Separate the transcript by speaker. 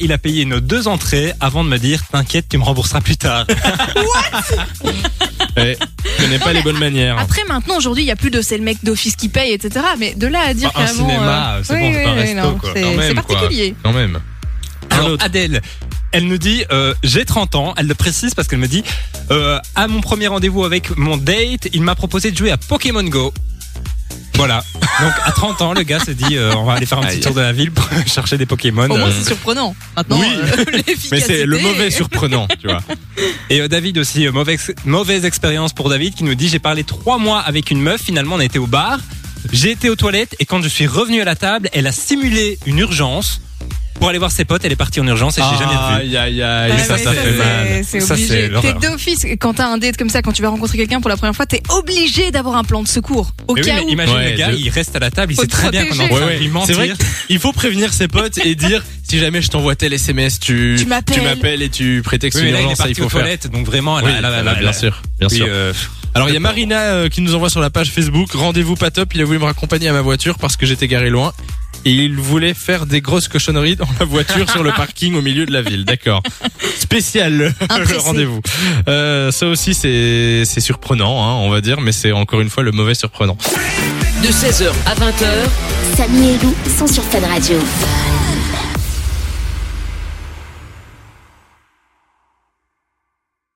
Speaker 1: Il a payé nos deux entrées avant de me dire T'inquiète, tu me rembourseras plus tard.
Speaker 2: Ouais, je connais Eh, pas les bonnes
Speaker 1: Ah.
Speaker 2: manières.
Speaker 3: Après, maintenant, aujourd'hui, il n'y a plus de c'est le mec d'office qui paye, etc. Mais de là à dire
Speaker 1: Bah, un
Speaker 3: qu'avant, euh,
Speaker 1: cinéma, c'est
Speaker 3: oui,
Speaker 1: bon, c'est pas un
Speaker 3: oui, oui,
Speaker 1: resto,
Speaker 3: non,
Speaker 1: quoi,
Speaker 3: c'est-
Speaker 2: quand
Speaker 3: C'est
Speaker 2: même, quoi.
Speaker 3: particulier.
Speaker 2: Quand même.
Speaker 1: Alors,
Speaker 2: autre.
Speaker 1: Adèle, elle nous dit euh, J'ai 30 ans. Elle le précise parce qu'elle me dit euh, À mon premier rendez-vous avec mon date, il m'a proposé de jouer à Pokémon Go. Voilà. Donc à 30 ans, le gars se dit euh, On va aller faire un petit
Speaker 2: Aïe.
Speaker 1: tour de la ville pour chercher des Pokémon.
Speaker 3: Au moins,
Speaker 1: Euh,
Speaker 3: c'est surprenant. Maintenant,
Speaker 2: oui.
Speaker 3: euh, l'efficacité-
Speaker 2: Mais c'est le mauvais surprenant, tu vois.
Speaker 1: Et euh, David aussi, euh, mauvaise, mauvaise expérience pour David qui nous dit j'ai parlé trois mois avec une meuf, finalement on a été au bar, j'ai été aux toilettes et quand je suis revenu à la table, elle a simulé une urgence pour aller voir ses potes, elle est partie en urgence et je l'ai jamais revue.
Speaker 2: Aïe, aïe, aïe.
Speaker 3: Ah Ouais,
Speaker 1: ça,
Speaker 3: mais
Speaker 1: ça fait
Speaker 3: c'est-
Speaker 1: mal.
Speaker 3: C'est
Speaker 1: Ça, c'est
Speaker 3: obligé. T'es
Speaker 1: l'horreur.
Speaker 3: d'office. Quand t'as un date comme ça, quand tu vas rencontrer quelqu'un pour la première fois, t'es obligé d'avoir un plan de secours. Au
Speaker 1: Mais oui,
Speaker 3: cas
Speaker 1: mais
Speaker 3: où.
Speaker 1: imagine
Speaker 2: Ouais,
Speaker 1: le gars,
Speaker 2: de-
Speaker 1: il reste à la table, il
Speaker 3: Faut
Speaker 1: sait
Speaker 3: te
Speaker 1: très bien qu'on est en
Speaker 3: protéger.
Speaker 1: train
Speaker 2: Ouais,
Speaker 1: de lui
Speaker 2: ouais.
Speaker 1: mentir.
Speaker 2: C'est vrai qu'il faut prévenir ses potes et dire si jamais je t'envoie tel SMS, tu,
Speaker 3: Tu m'appelles.
Speaker 2: m'appelles et tu prétextes
Speaker 1: Oui, mais
Speaker 2: une
Speaker 1: là il est
Speaker 2: urgence, ça, il
Speaker 1: parti aux
Speaker 2: faut faire.
Speaker 1: toilettes, donc vraiment, elle
Speaker 2: Oui,
Speaker 1: a- elle a- elle
Speaker 2: là,
Speaker 1: a-
Speaker 2: bien sûr, bien
Speaker 1: oui,
Speaker 2: sûr.
Speaker 1: euh,
Speaker 2: Alors il y a Marina euh, qui nous envoie sur la page Facebook rendez-vous pas top. Il a voulu me raccompagner à ma voiture parce que j'étais garé loin et il voulait faire des grosses cochonneries dans la voiture sur le parking au milieu de la ville. D'accord. Spécial le-
Speaker 3: Impressé.
Speaker 2: le rendez-vous. Euh, ça aussi c'est c'est surprenant, hein, on va dire, mais c'est encore une fois le mauvais surprenant.
Speaker 4: De 16h à 20h,
Speaker 5: Samy et Lou sont sur Fan Radio.